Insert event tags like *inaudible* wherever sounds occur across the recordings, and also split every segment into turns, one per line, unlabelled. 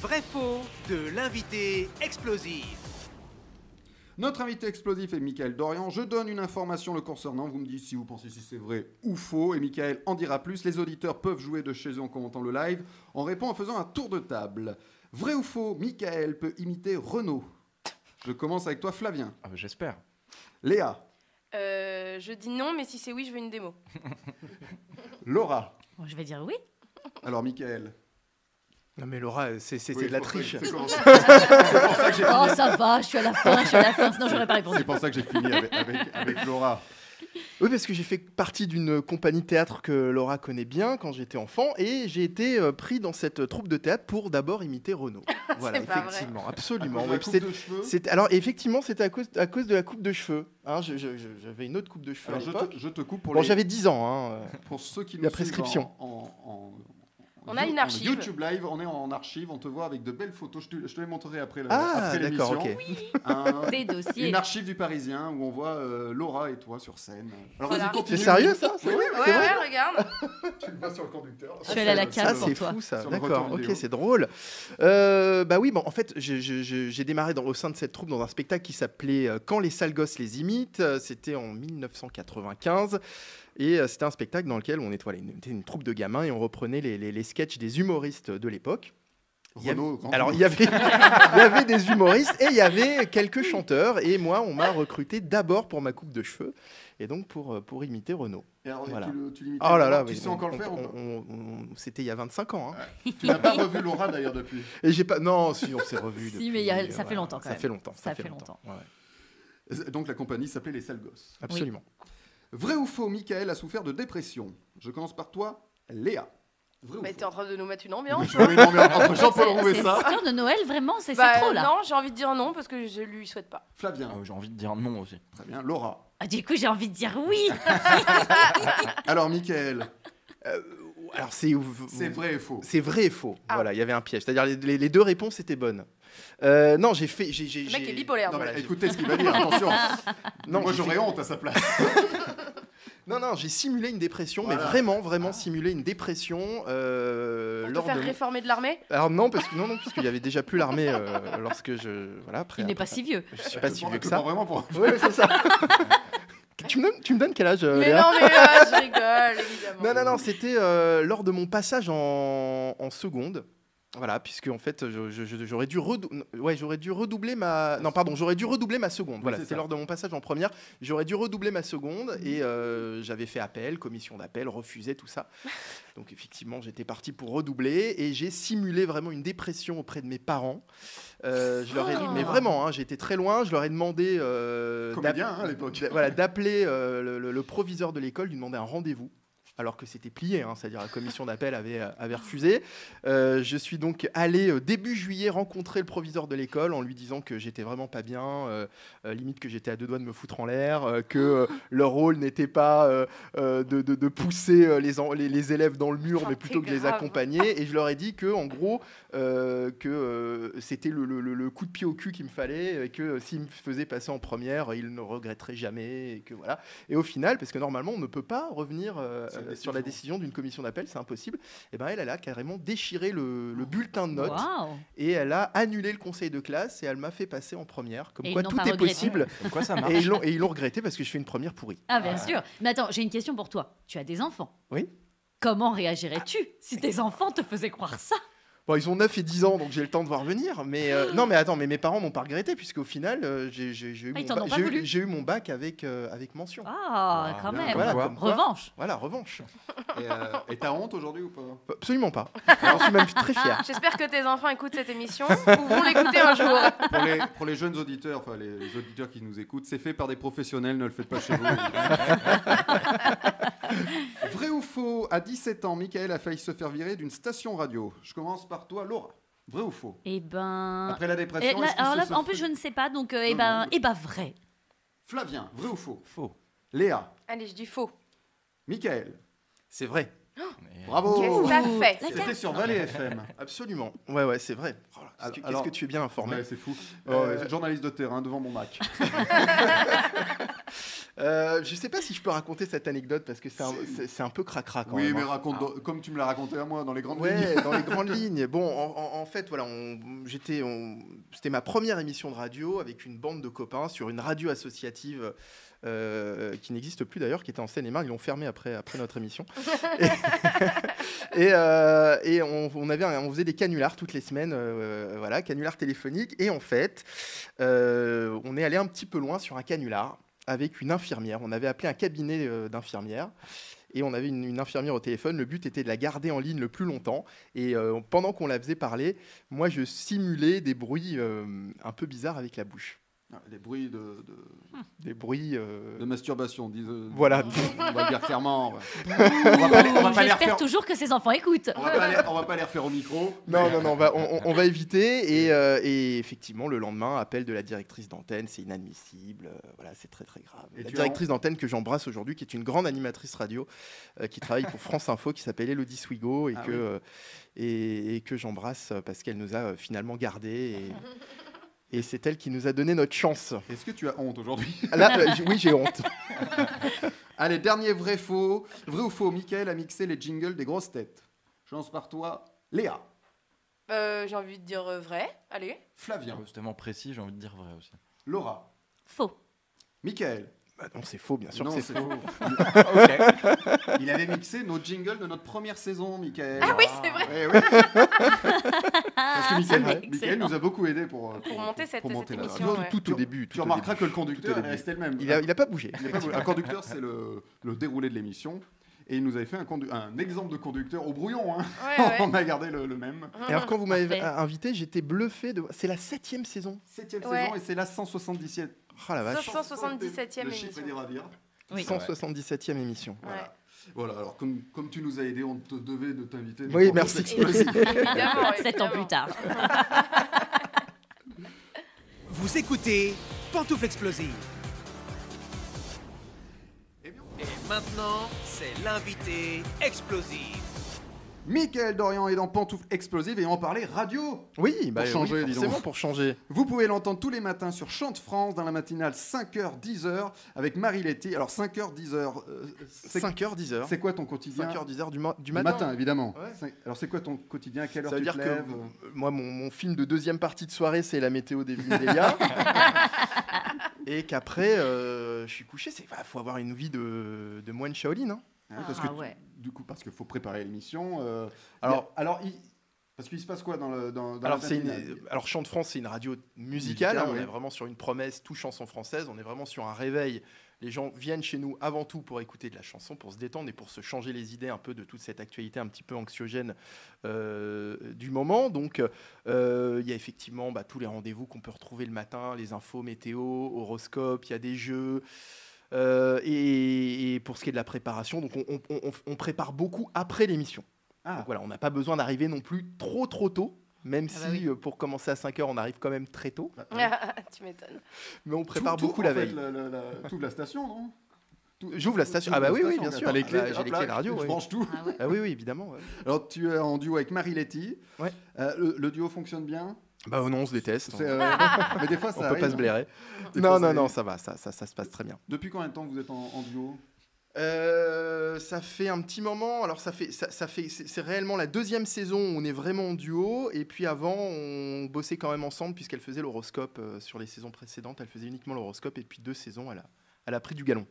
vrai faux de l'invité explosif.
Notre invité explosif est Michael Dorian. Je donne une information le concernant. Vous me dites si vous pensez si c'est vrai ou faux. Et Michael en dira plus. Les auditeurs peuvent jouer de chez eux en commentant le live. On répond en faisant un tour de table. Vrai ou faux, Michael peut imiter Renault. Je commence avec toi, Flavien.
Ah, bah, J'espère.
Léa,
Euh, je dis non, mais si c'est oui, je veux une démo.
Laura.
Bon, je vais dire oui.
Alors, Michael.
Non mais Laura, c'est c'est-
Oui,
c'est de la
pour ça-
triche.
*laughs* C'est pour ça c'est pour ça que j'ai
Oh, ça va, je suis à la fin, je suis à la fin, sinon j'aurais pas
C'est
répondu.
pour ça que j'ai fini avec, avec- avec Laura.
Oui, parce que j'ai fait partie d'une compagnie théâtre que Laura connaît bien quand j'étais enfant et j'ai été euh, pris dans cette troupe de théâtre pour d'abord
*laughs*
imiter Renaud. voilà,
pas vrai.
effectivement,
À
absolument.
cause de
oui,
la
puis
coupe
c'est-
de cheveux.
c'est- alors effectivement, c'était à cause, à cause de la coupe de cheveux. hein, je- je- je- J'avais une autre coupe de cheveux
Alors,
à
je
l'époque.
te, je te coupe pour,
Bon,
les-
j'avais 10 ans. hein, euh.
pour ceux qui nous
la
suivent
prescription.
en- en- en-
On a
You-
une
en
archive.
YouTube Live, on est en archive, on te voit avec de belles photos. Je te, je te les montrerai après la-
Ah,
après
d'accord,
l'émission.
ok.
Un-
Des dossiers.
une
*laughs*
archive du Parisien où on voit euh, Laura et toi sur scène. Alors
Voilà.
vas-y,
Ah, C'est
continue.
sérieux ça C'est vrai
Ouais,
C'est vrai Ah,
ouais, regarde.
Tu le vois sur le conducteur.
Je suis allée à la
Ça,
cave pour
c'est
toi.
fou, ça.
Sur le
D'accord,
retour
ok,
vidéo.
c'est drôle. Euh, bah oui, bon, en fait, je- je- je- j'ai démarré dans, au sein de cette troupe dans un spectacle qui s'appelait euh, Quand les sales gosses les imitent. Euh, C'était en 1995. Et euh, c'était un spectacle dans lequel on nettoyait une, était une troupe de gamins et on reprenait les, les- les sketchs des humoristes de l'époque. Il y avait-
Renaud, grand
Alors, il y, avait, il y avait des humoristes et il y avait quelques chanteurs. Et moi, on m'a recruté d'abord pour ma coupe de cheveux et donc pour, euh, pour imiter Renaud.
Et alors, et
voilà.
tu, le- tu l'imites
Oh là
encore
là,
Tu
oui,
sais
on-
encore
on-
le faire ou pas
on- on- on- C'était il y a 25 ans. hein.
Tu n'as
*laughs*
pas revu Laura d'ailleurs depuis.
Et j'ai pas. Non, si on s'est revu.
Si, mais il y a- ça fait longtemps, quand
ça
même.
Fait longtemps ça,
Ça
fait
fait
longtemps. Ouais,
Euh, Donc la compagnie s'appelait Les Sales Gosses.
absolument.
Vrai ou faux, Michael a souffert de dépression. Je commence par toi, Léa. Vrai
Mais
ou
Bah, t'es en
faux
train de nous mettre une
Mais
ambiance.
*laughs*
je vois une ambiance
*laughs*
entre Jean-Paul
C'est
Rouvet,
c'est
ça.
l'histoire de Noël, vraiment, c'est c'est
Bah,
trop là.
Non, j'ai envie de dire non parce que je lui souhaite pas.
Flavien.
Euh, J'ai envie de dire non aussi.
Très bien, Laura.
Ah, du coup, j'ai envie de dire oui.
Alors Michael,
Alors c'est
*laughs* c'est vrai et faux
C'est vrai et faux.
Ah.
Voilà, il y avait un piège. C'est-à-dire les, les- les deux réponses étaient bonnes. Euh, non, j'ai fait. j'ai- j'ai-
Le mec
j'ai-
est bipolaire.
Non, mais
Voilà, j'ai-
écoutez ce qu'il va dire, attention. *laughs*
Non,
Moi
j'ai
j'aurais
fait-
honte à sa place.
Non, non, j'ai simulé une dépression, mais
Voilà.
vraiment, vraiment simulé une dépression euh,
Pour te
lors
faire
de. mon-
réformer de l'armée
Alors non, parce que non, non, parce qu'il y avait déjà plus l'armée euh, lorsque je voilà après.
Il n'est
après
pas
ça.
si vieux.
Je suis pas
Je
si
prends-
vieux
je
que
prends
ça.
Vraiment pour...
Oui, c'est ça. tu, me donnes, tu me donnes quel âge, euh,
Mais
Léa
non, mais euh,
*laughs*
je rigole, évidemment.
Non, non, non, c'était euh, lors de mon passage en, en seconde. Voilà, puisque en fait, je- je- je- j'aurais dû, redou- ouais, j'aurais dû redoubler ma. Non, pardon, j'aurais dû redoubler ma seconde. voilà,
c'est
c'était
ça.
lors de mon passage en première. J'aurais dû redoubler ma seconde et euh, j'avais fait appel, commission d'appel, refusé, tout ça. Donc effectivement, j'étais parti pour redoubler et j'ai simulé vraiment une dépression auprès de mes parents. Euh, je leur ai,
Ah.
mais vraiment, hein, j'ai été très loin. Je leur ai demandé euh,
Comédien,
d'app-
hein, à *laughs* l'époque.
d'a- voilà, d'appeler euh, le, le- le proviseur de l'école, lui demander un rendez-vous. Alors que c'était plié, hein, c'est-à-dire la commission d'appel avait, euh, avait refusé. Euh, je suis donc allé euh, début juillet rencontrer le proviseur de l'école en lui disant que j'étais vraiment pas bien, euh, euh, limite que j'étais à deux doigts de me foutre en l'air, euh, que euh, leur rôle n'était pas euh, euh, de, de- de pousser euh, les, en- les- les élèves dans le mur,
Ah,
mais plutôt
t'es
que de les
grave.
accompagner. Et je leur ai dit que, en gros, euh, que euh, c'était le, le- le- le coup de pied au cul qu'il me fallait, et que euh, s'ils me faisaient passer en première, ils ne regretteraient jamais, et que voilà. Et au final, parce que normalement, on ne peut pas revenir euh,
Sur la
euh,
décision.
sur la décision d'une commission d'appel, c'est impossible. Et ben elle, elle a carrément déchiré le, le bulletin de notes
Waouh.
et elle a annulé le conseil de classe et elle m'a fait passer en première. Comme
Et
quoi,
ils n'ont
tout
pas
est
regretté.
possible.
Comme quoi *laughs* ça marche
Et ils l'ont- et ils l'ont regretté parce que je fais une première pourrie.
Ah, bien sûr. Mais attends, j'ai une question pour toi. Tu as des enfants.
Oui.
Comment réagirais-tu si tes enfants te faisaient croire ça
Bon, ils ont 9 et 10 ans, donc j'ai le temps de voir venir. Mais euh, non, mais attends, mais mes parents m'ont pas regretté, puisqu'au final, euh, j'ai j'ai- j'ai eu,
Ah, ils
mon
t'en
ba-
ont pas
j'ai eu-
voulu.
j'ai eu mon bac avec, euh, avec mention.
Ah, quand
bien,
même.
voilà,
quoi.
comme quoi.
Revanche.
Voilà, revanche.
Et euh, et t'as honte aujourd'hui ou pas
Absolument pas. J'en suis même
*laughs*
très fier.
J'espère que tes enfants écoutent cette émission ou vont l'écouter un jour.
pour les, pour les jeunes auditeurs, enfin les, les auditeurs qui nous écoutent, c'est fait par des professionnels, ne le faites pas chez *laughs* vous. Vrai ou faux À 17 ans, Michael a failli se faire virer d'une station radio. Je commence par toi, Laura. Vrai ou faux
Eh ben.
Après la
Eh,
dépression,
là-
est-ce que
alors
ce
là,
se
en
fait Oh.
plus, je ne sais pas, donc euh, eh
Non,
ben,
non.
eh ben vrai.
Flavien, vrai ou faux
Faux.
Léa,
Allez, je dis faux.
Michael,
C'est vrai.
Mais-
bravo
Qu'est-ce que t'as fait
Oh. La
C'était sur Valais
*laughs*
FM.
Absolument. Ouais, ouais, c'est vrai. Oh là, qu'est-ce que- Qu'est-ce
Alors-
que tu es bien informé.
Ouais, c'est fou.
Euh,
Euh, Journaliste de terrain devant mon Mac.
Euh, je sais pas si je peux raconter cette anecdote parce que c'est un, c'est- c'est un peu cracra quand
Oui,
même.
mais
hein.
raconte dans- comme tu me l'as raconté à moi dans les grandes lignes.
*laughs* Ouais, dans
*laughs*
les grandes lignes. Bon, en, en- en fait, voilà, on- j'étais, on- c'était ma première émission de radio avec une bande de copains sur une radio associative euh, qui n'existe plus d'ailleurs, qui était en Seine-et-Marne. Ils l'ont fermée après, après notre émission. et *laughs* et, euh, et on, on avait, un- on faisait des canulars toutes les semaines, euh, voilà, canulars téléphoniques. Et en fait, euh, on est allé un petit peu loin sur un canular avec une infirmière. On avait appelé un cabinet euh, d'infirmières et on avait une, une infirmière au téléphone. Le but était de la garder en ligne le plus longtemps. Et euh, pendant qu'on la faisait parler, moi, je simulais des bruits euh, un peu bizarres avec la bouche.
Ah, Les bruits de, de,
Des bruits. euh,
de masturbation, disons.
Voilà.
On va le dire clairement. ouais. on va pas les- on va pas les
J'espère
refaire-
toujours que ces enfants écoutent.
on va pas les- on va pas les refaire au micro.
Non, non, non, on va, on, on- on va éviter. Et, euh, et effectivement, le lendemain, appel de la directrice d'antenne, c'est inadmissible. euh, voilà, c'est très, très grave.
Et
la
tu as-
directrice d'antenne que j'embrasse aujourd'hui, qui est une grande animatrice radio, euh, qui travaille pour France Info, qui s'appelle Elodie Swigo, et
Ah
que,
oui.
euh, et, et que j'embrasse euh, parce qu'elle nous a euh, finalement gardés.
*laughs*
Et, et c'est elle qui nous a donné notre chance.
Est-ce que tu as honte aujourd'hui
Là, euh, j- oui, j'ai honte.
*laughs* Allez, dernier vrai faux. Vrai ou faux, Michael a mixé les jingles des grosses têtes. Je lance par toi, Léa,
Euh, J'ai envie de dire euh, vrai. Allez.
Flavien,
C'est tellement euh, précis, j'ai envie de dire vrai aussi.
Laura,
Faux.
Michael.
Bah non, c'est faux, bien sûr
Non,
que c'est faux. *laughs*
Il avait mixé nos jingles de notre première saison, Michael.
Ah oui, c'est vrai.
Eh oui. Parce que
Ah,
Michael,
c'est
Michael
excellent.
nous a beaucoup aidé pour, euh,
Pour monter cette- cette
la-
émission, ouais.
Tout
Tu-
au début. tout
Tu
au
remarqueras
début.
que le conducteur
Tout au
est resté le même.
Il a, il a pas bougé.
Il est pas voulu. un conducteur, c'est le, le déroulé de l'émission. Et il nous avait fait un, condu- un exemple de conducteur au brouillon. hein.
*laughs*
Ouais, Hum, ouais.
*laughs* On a gardé le, le même.
Et alors quand vous m'avez
Parfait.
euh, invité, j'étais bluffé de. C'est la septième saison.
Septième
Ouais.
saison et c'est la 177.
Ah la vache.
177e
Le chiffre est
émission.
dur à dire.
Oui.
177e émission.
Ouais.
Voilà. Voilà, alors comme, comme tu nous as aidés, on te devait de t'inviter.
Oui,
Pour
merci.
cette expression.
Évidemment,
*laughs*
*laughs*
Sept ans plus
évidemment.
tard.
Vous écoutez Pantoufle Explosive.
Eh bien,
Et maintenant, c'est l'invité explosif.
Michael Dorian est dans Pantoufles Explosives et on parlait radio.
Oui, bah,
changer, dis
oui,
donc.
forcément pour changer.
Vous pouvez l'entendre tous les matins sur Chante France dans la matinale 5h, 10h avec Marie Letty. Alors 5h, 10h, euh, c'est-
5h, 10h.
c'est quoi ton quotidien
5h, 10h du, ma- du
Du matin,
matin.
évidemment.
Ouais.
Cinq- Alors c'est quoi ton quotidien À quelle heure
Ça veut
tu
dire
te
que
lèves
euh, moi, mon, mon film de deuxième partie de soirée, c'est la météo des *laughs* Vinélia. Et qu'après, euh, je suis couché. Il faut avoir une vie de, de moine Shaolin. hein.
Hein, parce que
Ah
tu-
ouais.
du coup parce qu'il faut préparer l'émission. euh, alors
Alors-
alors il- parce qu'il se passe quoi dans le dans, dans
Alors,
la
c'est une-
matinale
alors, Chant de France, c'est une radio musicale.
Musicale,
hein, on
oui.
est vraiment sur une promesse, tout chanson française. On est vraiment sur un réveil. Les gens viennent chez nous avant tout pour écouter de la chanson, pour se détendre et pour se changer les idées un peu de toute cette actualité un petit peu anxiogène euh, du moment. Donc, euh, il y a effectivement bah, tous les rendez-vous qu'on peut retrouver le matin, les infos météo, horoscope, il y a des jeux. Euh, et, et pour ce qui est de la préparation, donc on- on- on- on prépare beaucoup après l'émission.
Ah.
Donc voilà, on n'a pas besoin d'arriver non plus trop trop tôt, même
Ah
si
bah oui.
euh, pour commencer à 5h, on arrive quand même très tôt.
*laughs* tu m'étonnes.
Mais on
Tout-
prépare
Bah, tout,
beaucoup
en
la
fait,
veille.
la- la- la- toute la station, non Tout-
J'ouvre la station. Ah bah
la
oui, oui, bien
t'as
sûr.
les clés,
Ah bah, j'ai
hop
les
là,
clés de la radio,
tu
oui.
branches tout.
Ah ouais.
Ah oui, oui, évidemment. ouais.
Alors tu es en duo avec Marie Letty.
Ouais.
Euh, le, le duo fonctionne bien.
Bah non, on se déteste.
C'est, euh,
*laughs*
mais des fois ça
On peut
arrive,
pas se
hein.
blairer.
Des fois,
Non,
ça
non, non,
arrive.
ça va, ça, ça, ça se passe très bien.
Depuis combien de temps vous êtes en, en duo
Euh, ça fait un petit moment. Alors ça fait, ça, ça fait, c'est c'est réellement la deuxième saison où on est vraiment en duo. Et puis avant, on bossait quand même ensemble puisqu'elle faisait l'horoscope euh, sur les saisons précédentes. Elle faisait uniquement l'horoscope et puis deux saisons, elle a, elle a pris du galon.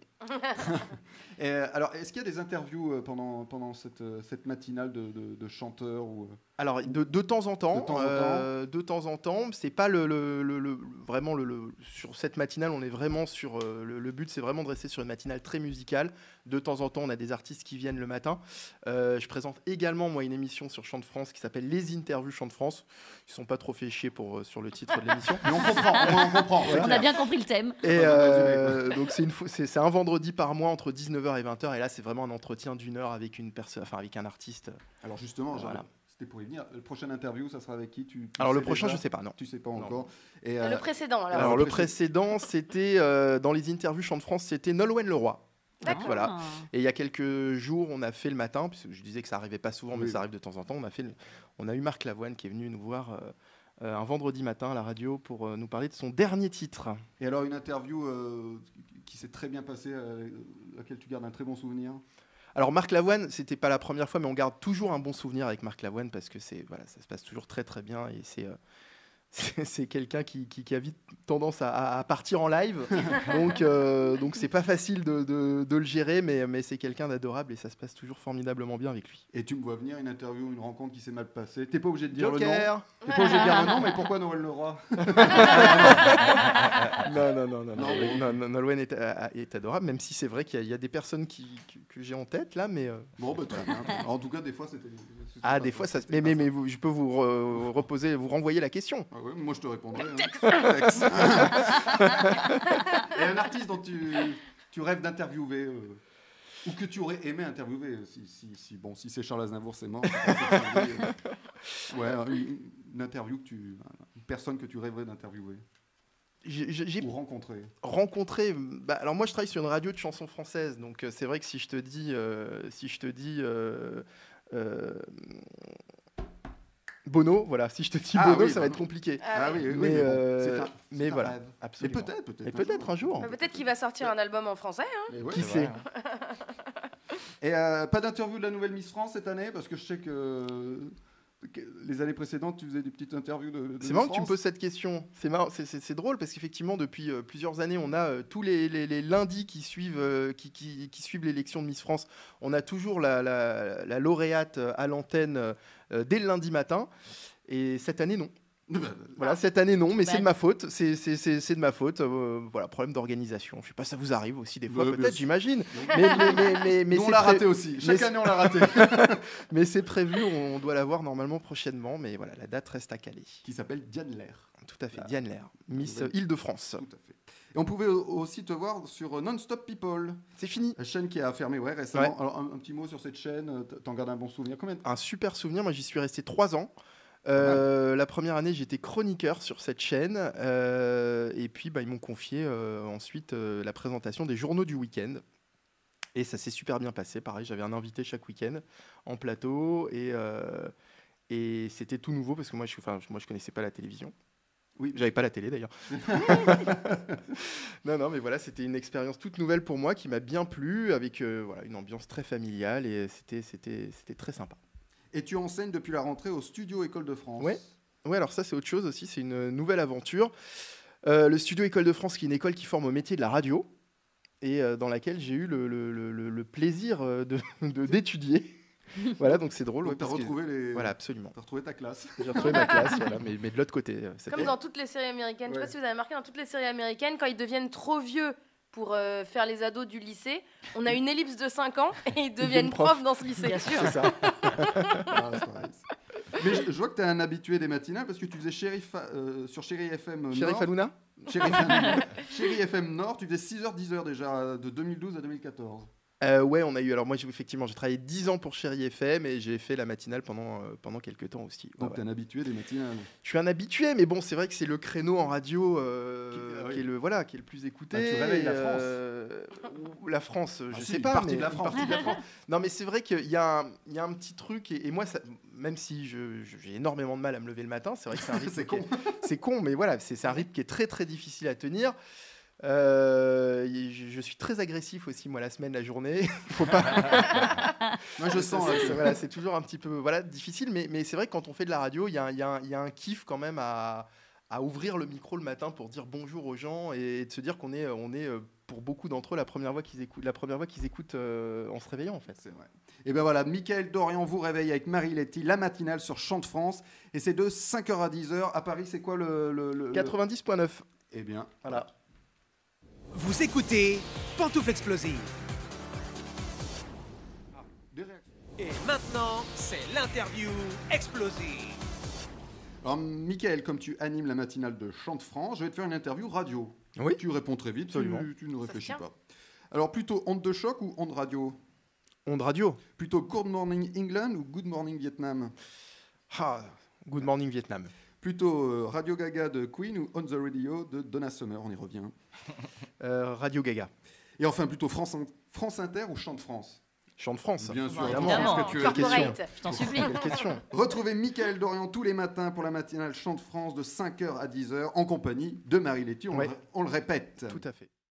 Et, euh, Alors est-ce qu'il y a des interviews euh, pendant, pendant cette, euh, cette matinale de, de- de chanteurs ou, euh,
Alors de, de temps en temps,
De temps en
euh, de temps en temps, c'est pas le, le- le- le- vraiment le, le- sur cette matinale, on est vraiment sur euh, le, le but, c'est vraiment de rester sur une matinale très musicale. De temps en temps, on a des artistes qui viennent le matin. Euh, je présente également moi une émission sur Chant de France qui s'appelle Les Interviews Chant de France. Ils sont pas trop fait chier pour euh, sur le titre de *laughs* l'émission.
Mais on comprend, au moins, on comprend. c'est
On a
clair.
bien compris le thème.
Et euh, donc c'est une fou- c'est c'est un vendredi par mois entre 19h et 20h et là c'est vraiment un entretien d'une heure avec une personne, enfin avec un artiste.
Alors justement, j'avais-
Voilà.
c'était pour y venir. Le prochain interview, ça sera avec qui tu, tu
Alors le
sais
prochain
déjà
je sais pas non.
Tu sais pas
Non.
encore. Et, euh,
Le précédent, alors.
Alors, le précédent, c'était euh, dans les interviews Chant de France, c'était Nolwenn Leroy.
D'accord.
Voilà.
Ah.
Et il y a quelques jours, on a fait le matin, puisque je disais que ça arrivait pas souvent, mais
Oui.
ça arrive de temps en temps. On a fait, le- on a eu Marc Lavoine qui est venu nous voir euh, euh, un vendredi matin à la radio pour euh, nous parler de son dernier titre.
et alors une interview euh, qui s'est très bien passée, euh, laquelle tu gardes un très bon souvenir
Alors Marc Lavoine, c'était pas la première fois, mais on garde toujours un bon souvenir avec Marc Lavoine parce que c'est voilà, ça se passe toujours très très bien et c'est euh, *laughs* c'est c'est quelqu'un qui, qui- qui a vite tendance à- à, à partir en live, donc euh, donc c'est pas facile de, de- de le gérer, mais mais c'est quelqu'un d'adorable et ça se passe toujours formidablement bien avec lui.
Et tu me vois venir une interview, une rencontre qui s'est mal passée. T'es pas obligé de dire le nom.
Joker.
Ah,
T'es pas obligé de dire le nom, mais pourquoi Noël Leroy
*laughs* Non, non, non,
Non,
non, non.
mais-
non, non, Nolwenn est, euh, est adorable, même si c'est vrai qu'il y, a- il y a des personnes qui, que, que j'ai en tête là, mais. euh,
Bon, bah très bien. En tout cas, des fois, c'était. c'était
ah,
pas-
des fois, ça se.
c'était
Mais,
pas
mais,
ça.
mais vous- je peux vous re- reposer, vous renvoyer la question.
Ah ouais, moi, je te répondrai. hein. Texte. Et un artiste dont tu, tu rêves d'interviewer euh, ou que tu aurais aimé interviewer, euh, si, si, si- bon, si c'est Charles Aznavour, c'est
*laughs*
mort. ouais, euh, une, une interview que tu, une personne que tu rêverais d'interviewer
J'ai- J'ai j'ai
ou rencontrer.
rencontré. bah, alors moi, je travaille sur une radio de chansons françaises, donc euh, c'est vrai que si je te dis, euh, si je te dis. euh, euh, Bono, voilà. Si je te dis
Ah
Bono,
oui,
ça va
Bono.
être compliqué.
Ah oui, oui, oui,
Mais,
mais, bon,
euh,
c'est un- c'est
mais
un
voilà.
rêve. Et
Absolument.
peut-être, peut-être.
Et peut-être un jour.
Mais Peut-être qu'il va sortir un album en français. hein.
Et ouais.
Qui
C'est
sait
vrai, hein.
Et euh, pas d'interview de la Nouvelle Miss France cette année parce que je sais que que les années précédentes, tu faisais des petites interviews de. de
C'est
Miss
marrant que tu me
France.
poses cette question. C'est marrant, c'est- c'est c'est drôle parce qu'effectivement, depuis euh, plusieurs années, on a euh, tous les, les- les lundis qui suivent, euh, qui, qui- qui suivent l'élection de Miss France. On a toujours la, la- la lauréate euh, à l'antenne euh, dès le lundi matin. Et cette année, non.
*laughs*
Voilà, cette année, non, mais
Bah,
c'est de ma faute. C'est c'est- c'est- c'est de ma faute. Euh, voilà, problème d'organisation. Je sais pas, ça vous arrive aussi des fois,
Ouais, bien
peut-être,
sûr.
j'imagine. Mais, mais-
*laughs*
mais- mais- mais
Nous, on
c'est
l'a
pré-
raté aussi. Chaque
c'est-
année, on l'a
*laughs*
raté.
mais c'est prévu, on doit l'avoir normalement prochainement. Mais voilà, la date reste à caler.
Qui s'appelle Diane Lair.
Tout à fait,
Voilà.
Diane Lair, Miss
Nouvelle-
Île-de-France.
Tout à fait. Et on pouvait au- aussi te voir sur euh, Non-Stop People,
C'est fini.
la chaîne qui a fermé ouais, récemment.
Ouais.
Alors, un, un petit mot sur cette chaîne, euh, t- t'en gardes un bon souvenir. Combien de-
Un super souvenir, moi j'y suis resté trois ans. Euh, la première année, j'étais chroniqueur sur cette chaîne. euh, et puis, bah, ils m'ont confié euh, ensuite euh, la présentation des journaux du week-end. Et ça s'est super bien passé. Pareil, j'avais un invité chaque week-end en plateau. Et, euh, et c'était tout nouveau parce que moi je, enfin, moi, je connaissais pas la télévision.
Oui.
j'avais pas la télé d'ailleurs. non, non, mais voilà, c'était une expérience toute nouvelle pour moi qui m'a bien plu avec euh, voilà, une ambiance très familiale et c'était, c'était, c'était très sympa.
Et tu enseignes depuis la rentrée au studio École de France.
Ouais. Ouais, alors ça, c'est autre chose aussi, c'est une nouvelle aventure. Euh, le studio École de France, qui est une école qui forme au métier de la radio et euh, dans laquelle j'ai eu le, le- le- le- le plaisir euh, de, *laughs* de- d'étudier. *laughs* voilà, donc c'est drôle.
Donc,
ouais,
t'as
parce que-
retrouvé, les...
Voilà, absolument.
t'as retrouvé ta
*laughs*
classe.
J'ai retrouvé ma classe, voilà, mais, mais de l'autre côté. euh, c'était- *laughs*
Comme dans toutes les séries américaines. Je sais
Ouais.
pas si vous avez remarqué, dans toutes les séries américaines, quand ils deviennent trop vieux pour euh, faire les ados du lycée, on a une ellipse de 5 ans et ils deviennent
prof.
profs dans ce lycée.
*laughs*
Bien sûr.
C'est ça.
Ah, c'est pareil. Mais je, je vois que t'es un habitué des matinales parce que tu faisais Shérif, euh, sur Chéri FM Nord.
Chérif Alouna
Chéri FM, Chéri FM Nord, tu faisais 6h, 10h déjà, euh, de 2012 à 2014.
Euh, Ouais, on a eu. Alors, moi, j'ai- effectivement, j'ai travaillé 10 ans pour Chéri FM et j'ai fait la matinale pendant, euh, pendant quelques temps aussi. Ouais,
Donc
ouais.
t'es un habitué des matinales.
Je suis un habitué, mais bon, c'est vrai que c'est le créneau en radio euh,
Qui- ah oui.
qui, est le, voilà, qui est le plus écouté.
Bah, tu réveilles la France.
euh, ou la France,
Ah
je
si,
sais
une
pas.
partie
mais
de la France.
une partie de
*laughs*
la France. *laughs* non, mais c'est vrai qu'il y, a un- il y a un petit truc, et, et moi, ça, même si je- je- j'ai énormément de mal à me lever le matin, c'est vrai
*laughs*
que c'est un rythme.
C'est
qui est-
con.
*laughs* c'est con, mais voilà, c'est c'est un rythme qui est très très difficile à tenir. Euh, y- je, je suis très agressif aussi moi la semaine, la journée. Faut pas.
Moi je sens. euh, là,
C'est- hein, c'est-
que-
voilà, c'est toujours un petit peu voilà difficile, mais, mais c'est vrai que quand on fait de la radio, il y, a un- il y a un- il y a un kiff quand même à, à ouvrir le micro le matin pour dire bonjour aux gens et, de se dire qu'on est on est euh, pour beaucoup d'entre eux la première voix qu'ils écoutent la première voix qu'ils écoutent euh, en se réveillant en fait.
C'est vrai. Et ben voilà, Michael Dorian vous réveille avec Marie Letty, la matinale sur Chant de France. Et c'est de 5h à 10h. À Paris, c'est quoi le. le, le- le-
90.9.
Eh bien,
Voilà.
Vous écoutez Pantoufle Explosive.
des réactions.
Et maintenant, c'est l'interview explosive.
Alors, Michael, comme tu animes la matinale de Chant de France, je vais te faire une interview radio.
Oui.
Tu réponds très vite,
Absolument.
Tu, tu ne
se
réfléchis
tient.
pas. Alors, plutôt onde de choc ou onde radio
Onde radio.
Plutôt Good Morning England ou Good Morning Vietnam
Ah, good morning Vietnam.
Plutôt euh, Radio Gaga de Queen ou On the Radio de Donna Summer On y revient.
Euh, radio Gaga.
Et enfin, plutôt France, In- France Inter ou Chant de France
Chant de France.
Bien
Bah,
sûr,
évidemment.
parce que tu as-
Corporate.
Je t'en supplie.
Quelle question
Retrouvez Michael Dorian tous les matins pour la matinale Chant de France de 5h à 10h en compagnie de Marie Letty. On,
Ouais.
le, on le répète.
Tout à fait.